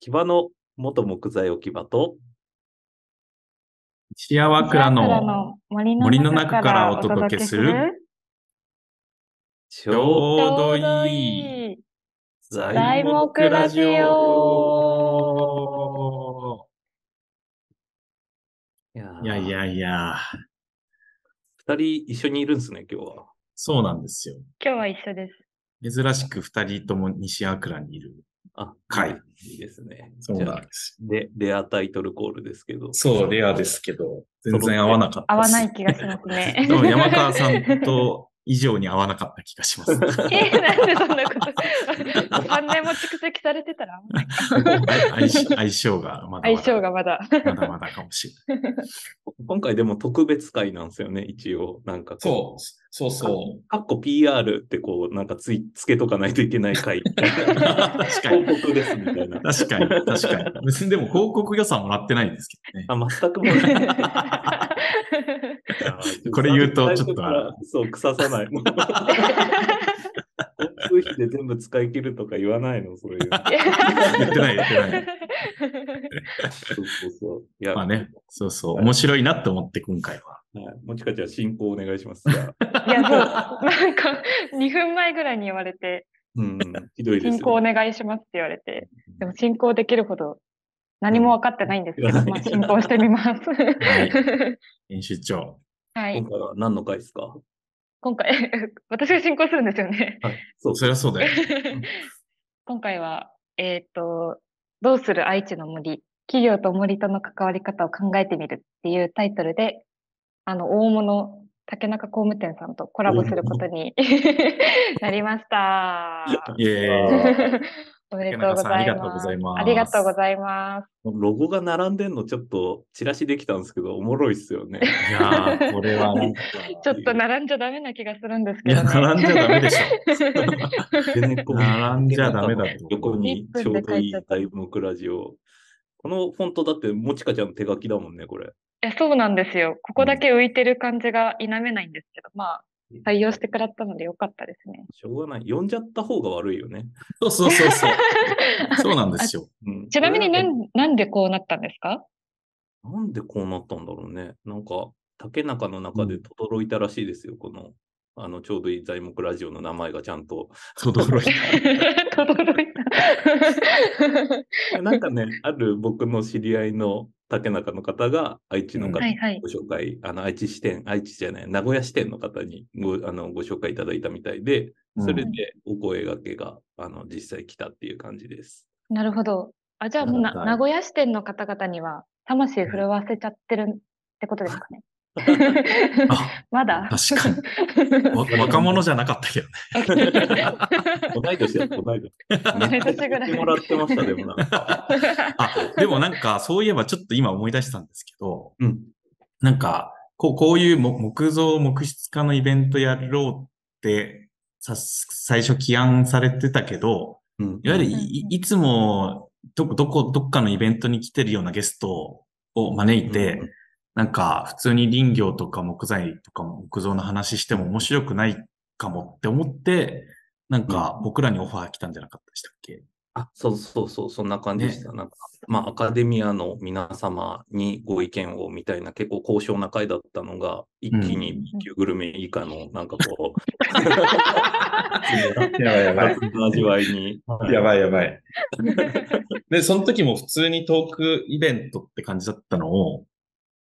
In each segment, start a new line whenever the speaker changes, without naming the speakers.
木場の元木材置き場と、
西和倉の
森
森の中からお届けする
ち
ちょうど
ちょうど
いい
いい
材
材木ラジ
オいやい
ー、
やいや、
二人一緒にいるんですね、今日は。
そうなんですよ。
今日は一緒です。
珍しく二人とも西和倉にいる。
あ、
はい。
いいですね。
そう
じゃ
なん
あ
です。
レレアタイトルコールですけど。
そう、レアですけど、全然合わなかった
合
で
わ
す。
ない気がしますね。
多分山川さんと以上に合わなかった気がします。
え、なんでそんなこと。3年も蓄積されてたら合わない
相性相性がまだまだ
相性がま だ。
まだまだかもしれない。
今回でも特別会なんですよね、一応。なんかこ。
そう、そうそう
かっこ PR ってこう、なんかついつけとかないといけない回。
確か
報
に。
告ですみたいな。
確かに、確かに。別にでも報告予算もらってないんですけどね。
あ、全くもない。
これ言うとちょ
最初
っと
からそう、腐さない。 もう 交通費で全部使い切るとか言わないの、そういうの。
言ってない、言ってない。
そうそうそう。いや、
まあね、そうそう、面白いなって思って今回は。
はい、もちかちゃん、進行お願いします。じゃあ
いや、そう、なんか、2分前ぐらいに言われて、
うん、ひどいです
進行お
よ、ね。
願いしますって言われて、でも進行できるほど何も分かってないんですけど、
うん
まあ、進行してみます。
い編集長。
はい
今。回は何の回ですか
今回、 私が進行するんですよね。
あそう
そりゃそうだよ。
今回は、えっ、と、どうする愛知の森、企業と森との関わり方を考えてみるっていうタイトルで、あの、大物、竹中工務店さんとコラボすることに なりま した。
イエ ーイ。
おめでとうございま
竹
す。
中さんありがとうご
ざいます。
ロゴが並んでんの、ちょっとチラシできたんですけど、おもろいっすよね。
いやー、これはなんか。
ちょっと並んじゃダメな気がするんです
い
けど、
や、
ね。
並んじゃダメ でしょ。
でねこう
並んじゃダメだと
横に
一
ちょ
分
う
で
ど
書
いい
いちゃった
大木ラジオ。このフォントだって、もちかちゃんの手書きだもんね、これ。
えそうなんですよ。ここだけ浮いてる感じが否めないんですけど、まあ、採用してくださったのでよかったですね。
しょうがない。呼んじゃった方が悪いよね。
そうそうそうそう。そうなんですよ。
うん
ちなみにな
こ
ん、なんでこうなったんで すか
れなんでこうなったんだろうね。なんか、竹中の中で轟いたらしいですよ、この。あのちょうどいい材木ラジオの名前がちゃんと。
とどろい。
とどろいた。
なんかね、ある僕の知り合いの竹中の方が愛知の方
うん
はいはい。
ご紹介、あの愛知支店、愛知じゃない、名古屋支店の方にごあのご紹介いただいたみたいで、それでお声がけが、あの実際来たっていう感じです。
なるほど。あ、じゃあもうな、
はい
名古屋支店の方々には、魂震わせちゃってるってことですか ね。
あ、
まだ
確かに。わ若者じゃなかったけどね。
同い年だ、同 い年。
同い年ぐら
言っても
い。
らってました、で もなんか。
あ、でもなんか、そういえばちょっと今思い出したんですけど、
うん。
なんか、こう、こういうも木造木質化のイベントやろうって、さ、最初起案されてたけど、
うん
いわゆる
うんうん
い、いつも、どこ、どこ、どっかのイベントに来てるようなゲストを招いて、
うん
なんか、普通に林業とか木材とか木造の話しても面白くないかもって思って、なんか、僕らにオファー来たんじゃなかったでしたっけ、
あ、そうそうそう、そんな感じでした。なんか、まあ、アカデミアの皆様にご意見をみたいな、結構高尚な回だったのが、一気に B 級グルメ以下の、なんかこう、
やばいや ばい。
雑な味わいに。
やばいやばい。
で、その時も普通にトークイベントって感じだったのを、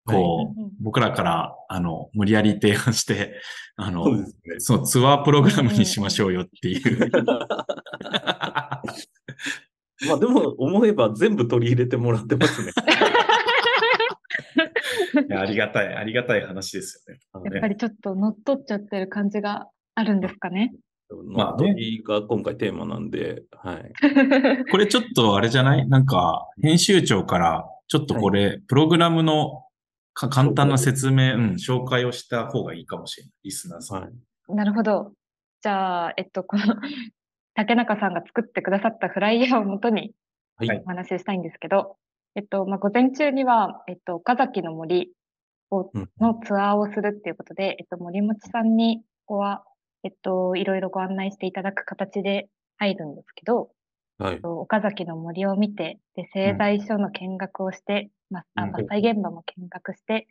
こう、僕らから、あの、無理やり提案して、あの、
そうですね。
そのツアープログラムにしましょうよっていう。
まあでも思えば全部取り入れてもらってますね。
いやありがたい、ありがたい話ですよね。
やっぱりちょっと乗っ取っちゃってる感じがあるんです かね。
まあ、鳥が今回テーマなんで、はい。
これちょっとあれじゃないなんか、編集長から、ちょっとこれ、プログラムのか簡単な説明、うん、紹介をした方がいいかもしれない。リスナーさん。
はい
なるほど。じゃあ、えっと、この竹中さんが作ってくださったフライヤーをもとに
はい
お話ししたいんですけど、えっと、まあ、午前中には、えっと、岡崎の森を
うん
のツアーをするっていうことで、えっと、森持さんに、ここは、えっと、いろいろご案内していただく形で入るんですけど、
はい。
岡崎の森を見て、で、製材所の見学をして、まあ、
うん
伐採現場も見学して、え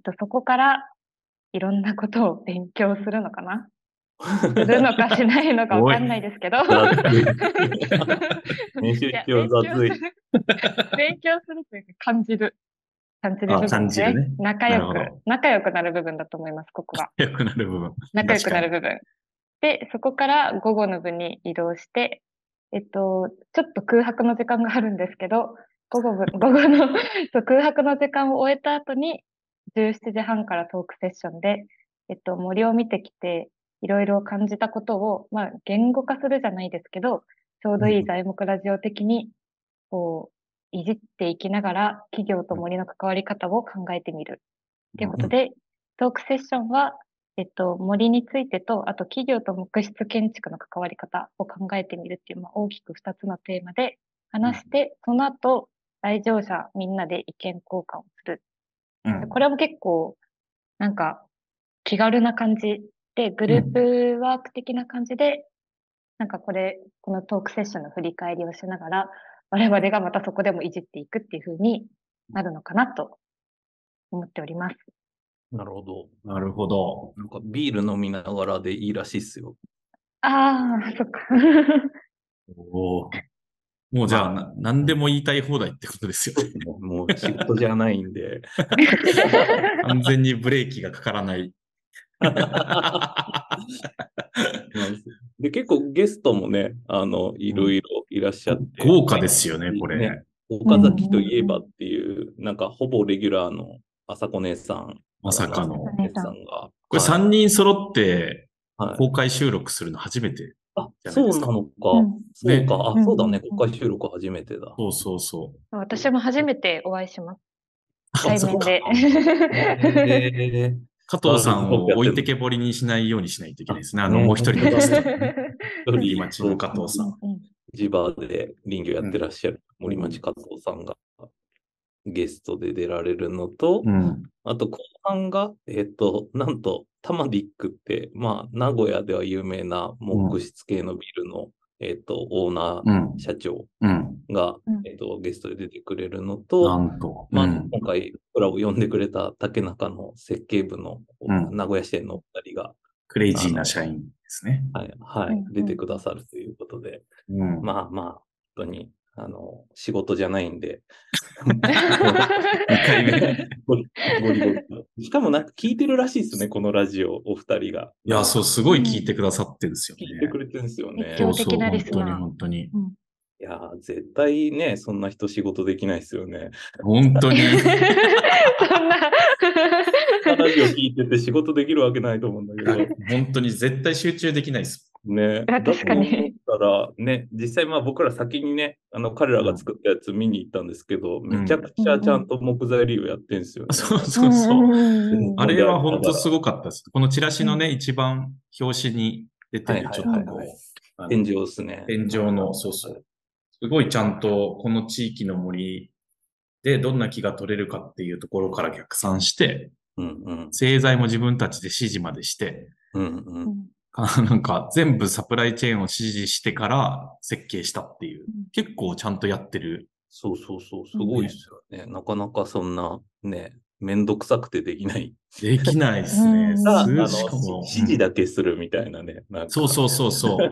っと、そこからいろんなことを勉強するのかなするのかしないの かわかんないですけど。
雑い練習
いや
必要
勉
雑
強
い
す。る勉強するというか感じる。感じる部分
あ感じるね
仲良く
なるほど、
仲良くなる部分だと思います、ここは。
良くなる部分。
仲良くなる部分。で、そこから午後の部に移動して、えっと、ちょっと空白の時間があるんですけど、午後部、午後のそう空白の時間を終えた後に、17時半からトークセッションで、えっと、森を見てきて、いろいろ感じたことを、まあ、言語化するじゃないですけど、ちょうどいい材木ラジオ的に、こう、いじっていきながら、企業と森の関わり方を考えてみる。ということで、トークセッションは、えっと、森についてと、あと企業と木質建築の関わり方を考えてみるっていう、まあ、大きく2つのテーマで話して、その後、来場者みんなで意見交換をする。
うん。
これも結構、なんか、気軽な感じで、グループワーク的な感じで、なんかこれ、このトークセッションの振り返りをしながら、我々がまたそこでもいじっていくっていう風になるのかなと思っております。
なるほど。
なるほど。
なんかビール飲みながらでいいらしいっすよ。
ああ、そっか。
おーもうじゃあ、な何でも言いたい放題ってことですよ ね。
もう仕事じゃないんで。
完全にブレーキがかからない。
で、結構ゲストもね、あの、いろいろいらっしゃって。
豪華ですよね、これ。
ね岡崎といえばっていう、なんかほぼレギュラーの朝子姉さん。
まさかの。
朝
こ
子姉さんが。
れ3人揃って
はい
公開収録するの初めて。
あ、
じゃない
そ
で
う
す
な
か
のか。
うん
そうか。
ね
あ、そうだね。
うん
国会収録初めてだ。
そうそうそう。
私も初めてお会いします。
あ
対
そ
面
うか
で。
へー
加藤さんを置いてけぼりにしないようにしないといけないですね。あの、
うん
もう一人のゲス ト。
一
森
人
町の加藤さん。
うん
地場で林業やってらっしゃる森町加藤さんがゲストで出られるのと、
うん。
あと後半が、えっと、なんと、タマディックって、まあ、名古屋では有名な木質系のビルの、えっと、オーナ
う
ー、
ん。
社長
うん。
が、
うん
えっと、ゲストで出てくれるの
な
と、
んと。
まあ、
うん
今回、僕らを呼んでくれた竹中の設計部の、
うん
名古屋支店のお二人が、
クレイジーな社員ですね。
はい、は
うん
い
うん、
出てくださるということで、
うん。
まあまあ、本当に、あの、仕事じゃないん で、
2 回目。い
ゴリゴリゴリしかもなんか聞いてるらしいですね、このラジオ、お二人が。
や、そう、すごい聞いてくださってるんですよね。
聞いてくれてるんですよね。
そ
熱狂
うそう、
的なリ
本
ス
当に
ナー
本当に。
いやー、絶対ね、そんな人仕事できないですよね。
本当に。
そんな。
ラジオ聞いてて仕事できるわけないと思うんだけど。
本当に絶対集中できないです。
ね。
あ確かに
だからね、実際まあ僕ら先にね、あの彼らが作ったやつ見に行ったんですけど、
ん
めちゃくちゃちゃんと木材利用やってるんですよね。
そうそうそう。
うん
あれは本当すごかったです。このチラシのね、一番表紙に出て
はい
る
は、い
ちょっとこ
はいう
あの、
天井ですね。
天井の、そうそう。すごいちゃんとこの地域の森でどんな木が取れるかっていうところから逆算して、
うんうん。
製材も自分たちで指示までして、
うんうん。
かなんか全部サプライチェーンを指示してから設計したっていう、結構ちゃんとやってる。
そうそうそう、すごいですよね。なかなかそんな、ね、めんどくさくてできない。
できないですね。
うん
ただあ
す
の、
しかも
指示だけするみたいなね。なんか
そうそうそ うそう。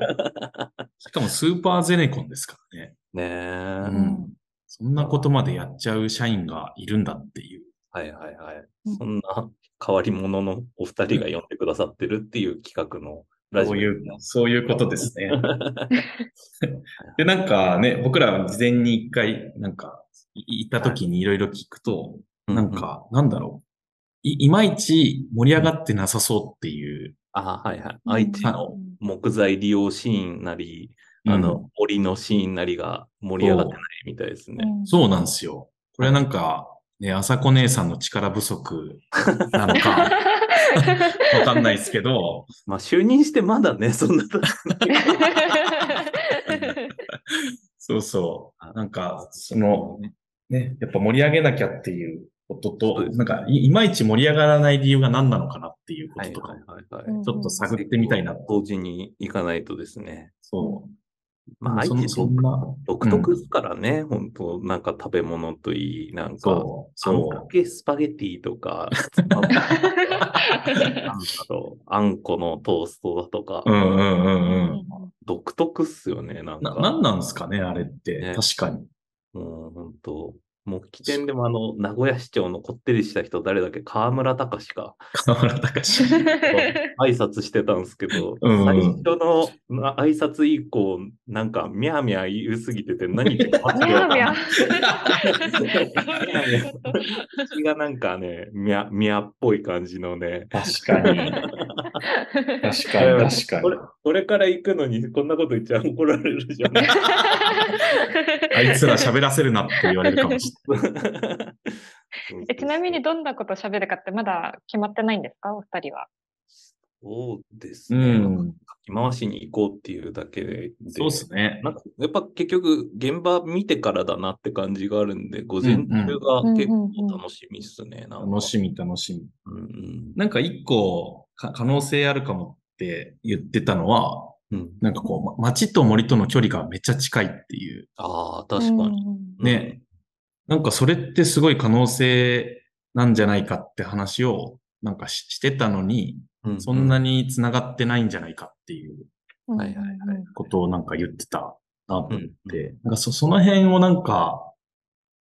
しかもスーパーゼネコンですからね。
ねえ、
う
うん
ん。そんなことまでやっちゃう社員がいるんだっていう。
はいはいはい
うん。
そんな変わり者のお二人が呼んでくださってるっていう企画のラジ
そ
オ
う
で
い
す
う
ね、
そういうことで すね。で、なんかね、僕らは事前に一回、なんか、い行った時にいろいろ聞くと、
うん
なん、か、なんだろう。い、いまいち盛り上がってなさそうっていう。
あはいはい。愛知の木材利用シーンなり、あ
う
の、森のシーンなりが盛り上がってないみたいですね。
ん、そうなん
ん
ですよ。これはなんか、ね、あさこ姉さんの力不足なのか、わかんないですけど、
まあ、就任してまだね、 そんな。
そうそう。なんか、その、ね、やっぱ盛り上げなきゃっていうこと
そ
と
うで、す
なんかい、いまいち盛り上がらない理由が何なのかなっていうこ
は
と
い
とか
は、いはいはい。
ちょっと探ってみたいな。
同時に行かないとですね。
そう。
まあ、愛
その
知
そんな。
独特ですからね、本当なんか食べ物といい、なんか、
そう、
あんか
そ
けスパゲティとか、なんだろうあんこのトーストだとか、
う。うんうんうんうん。
独特っすよね、なん
な、
か。
なんなんですかね、あれって。
ね
確かに。
もう本当もう起点でもあの、名古屋市長のこってりした人誰だっけ河村隆か。
河村 隆。
挨拶してたんですけど、
うん
最初のな挨拶以降、なんか、みゃーみゃー言うすぎてて、何かマジ で
みゃ
わかん
み
な
ゃ
い。。口がなんかね、みゃ、みゃっぽい感じのね。
確か に。確かに、確かに
こ。れ、これから行くのにこんなこと言っちゃ怒られる じゃん。
あいつら喋らせるなって言われるかもし
えちなみにどんなこと喋るかってまだ決まってないんですかお二人は。
そうです
れ
ね。
ない。
書。き回しに行こうっていうだけで。
そうですね。
なんかやっぱ結局現場見てからだなって感じがあるんで、午前中が結構楽しみっすね。なんか
楽しみ、楽しみ。
うんうん
なんか一個か、可能性あるかもって言ってたのは、
うん
なんかこう、ま街と森との距離がめっちゃ近いっていう。
ああ、確かに。
に。
ね。なんかそれってすごい可能性なんじゃないかって話を、なんかししてたのに、
うう
そんなに繋がってないんじゃないかっていう
はいはいはい
ことをなんか言ってたなと思っ
うん
て、なんかそその辺をなんか、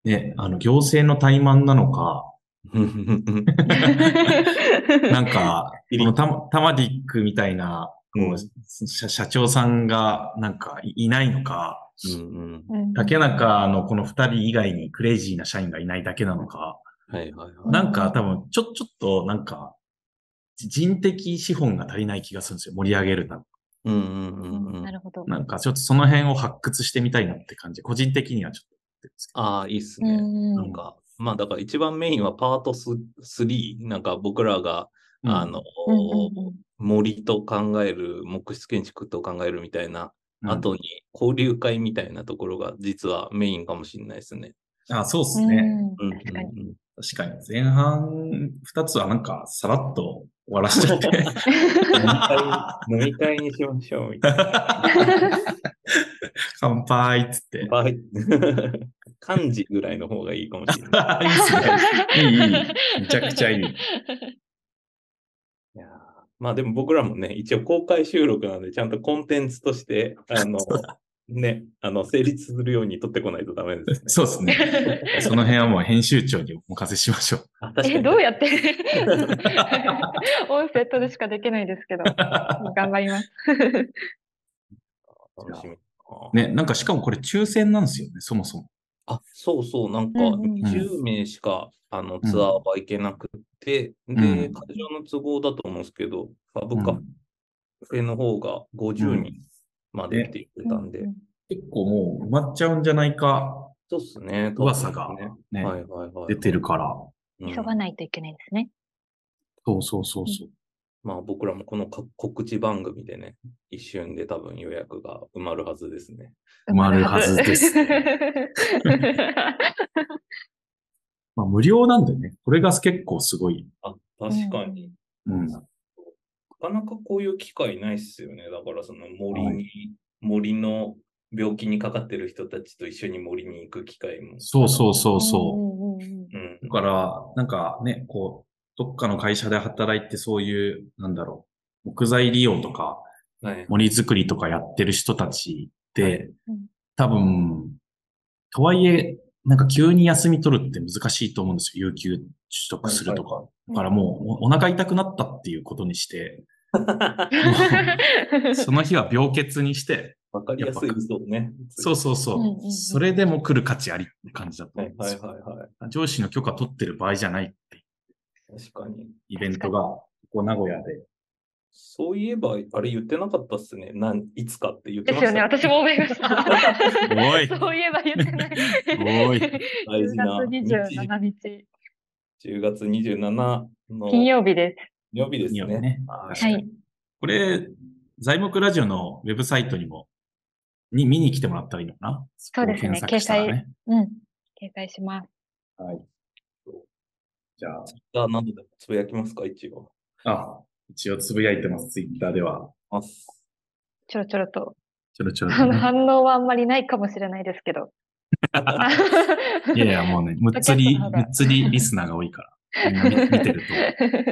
ね、あの、行政の怠慢なのか、
うん
い。
なんか、 このタマタマディックみたいな、こ
う
うん社社長さんがなんかいいないのか、
うん
竹中のこの二人以外にクレイジーな社員がいないだけなのか、
はいはいはい。
なんか多分、ちょ、ちょっとなんか、人的資本が足りない気がするんですよ。盛り上げるために。
うんうんうんうん
な。るほど。
なんかちょっとその辺を発掘してみたいなって感じ。個人的にはちょっと思ってるんですけど。
ああ、いいっす
う
ね。
ん
なんか、まあだから一番メインはパートス3。なんか僕らが、あの、
うんうんうん
森と考える、木質建築と考えるみたいな、
うん、
後に交流会みたいなところが実はメインかもしれないですね。
あ、そうですね。
う
うんん確かに。
確かに。前半二つはなんかさらっと終わらせちゃ って。
うんうん、飲み会飲み会にしましょうみたいな。
乾杯っつって。
バイ 漢字ぐらいの方がいいかもしれない。
いいっすね。 いい、いい。めちゃくちゃいい。
いやーまあでも僕らもね、一応公開収録なんで、ちゃんとコンテンツとして、あの、ね、あの、成立するように取ってこないとダメ ですね。
そうですね。その辺はもう編集長にお任せしましょう。
あ確か
え、
に
どう やって音声取るしかできないですけど、頑張ります。
楽しみ。
ね、なんかしかもこれ抽選なんですよね、そもそも。
あ、そうそう、なんか
うんうん
20名しか、あのツアーは行けなくて、で、
うん
会場の都合だと思うんですけど、ファブカ
うん
フェの方が50人まで来てくれたんで、
結構もう埋まっちゃうんじゃないか、
そうっすね。
噂が
多分ね
ね、
はいはいはい。
出てるから。
う
うん
ん
急がないといけないですね。
そうそうそうそう。
まあ僕らもこのか告知番組でね、一瞬で多分予約が埋まるはずですね。
埋まるはず ですまあ無料なんでね、これが結構すごい。
あ、確かに。
うん。
なかなかこういう機会ないっすよね。だからその森に、
は
森の病気にかかってる人たちと一緒に森に行く機会も。
そうそうそうそう。
うんうんうん
うん。
だから、なんかね、こう、どっかの会社で働いてそういう、なんだろう、木材利用とか、
はい。
森づくりとかやってる人たちって、
うん
多分、とはいえ、なんか急に休み取るって難しいと思うんですよ。有給取得するとか。だから もうお、お腹痛くなったっていうことにして、その日は病欠にして、
わかりやすいそうね。
そうそうそう。
うんうんうん
それでも来る価値ありって感じだと
は
思う
い
んで
は
す
い
よ。
はいはい。
上司の許可取ってる場合じゃないっていう
確かに。
イベントが、ここ名古屋で。
そういえば、あれ言ってなかったっすね。なんいつかって言って
で
ますした
よね、私も思いました。
おい
そういえば言ってない。
おい
大事な日
10月27日、
10月27の
金曜日で
金曜日です
金曜日
ね。
ね。
は
確
す。
か
は
に
い。
これ、材木ラジオのウェブサイトにも、に見に来てもらったらいいのかな
そうで
こ
すね
検索したらね。
うん。掲載します。
はい。じゃあ、
じゃあ、なんでつぶやきますか、一応。
あ、一応つぶやいてます、ツイッターでは。
あす
ちょろちょろと
ちょろちょろ
あ
と
の
ね、
反応 はあんまりないかもしれないですけど。
いやいや、もうね、むっつり、
ポケットの方
む
が
っつりリスナーが多いから、みんな見見てると。
昨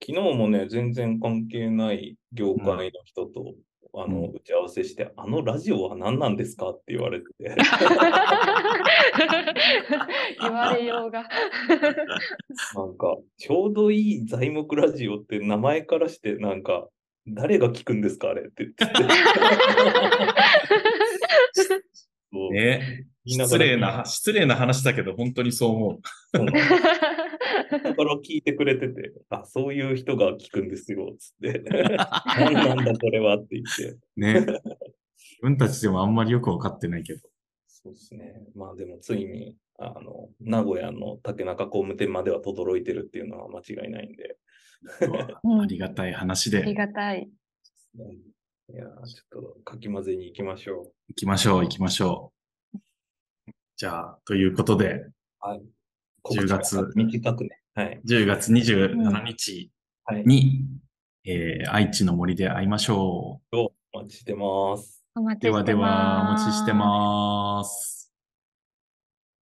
日もね、全然関係ない業界の人と、あの、打ち合わせして、あのラジオは何なんですかって言わ れて、
言われようが。
なんか、ちょうどいい材木ラジオって名前からして、なんか、誰が聞くんですかあれって 言っててそう
ね、
言いな
失
がら
礼な、失礼な話だけど、本当にそう思う。
そうだから聞いてくれてて、あ、そういう人が聞くんですよ、つって。 何なんだこれはって言って。
ね。自分たちでもあんまりよくわかってないけど。
そうですね。まあでもついに、あの、名古屋の竹中工務店までは轟いてるっていうのは間違いないんで。
うん
ありがたい話
あり
で、
がたい。
いやーちょっとかき混ぜに行きましょ
行きましょう、行きましょう。じゃあ、ということで、
う。はい。
10月
短くね。はい。
10月27日
はい。
に、えー愛知の森で会いましょう。
お待ちしてます。
お待ちして
ではでは、お待ちしてま
ます
す。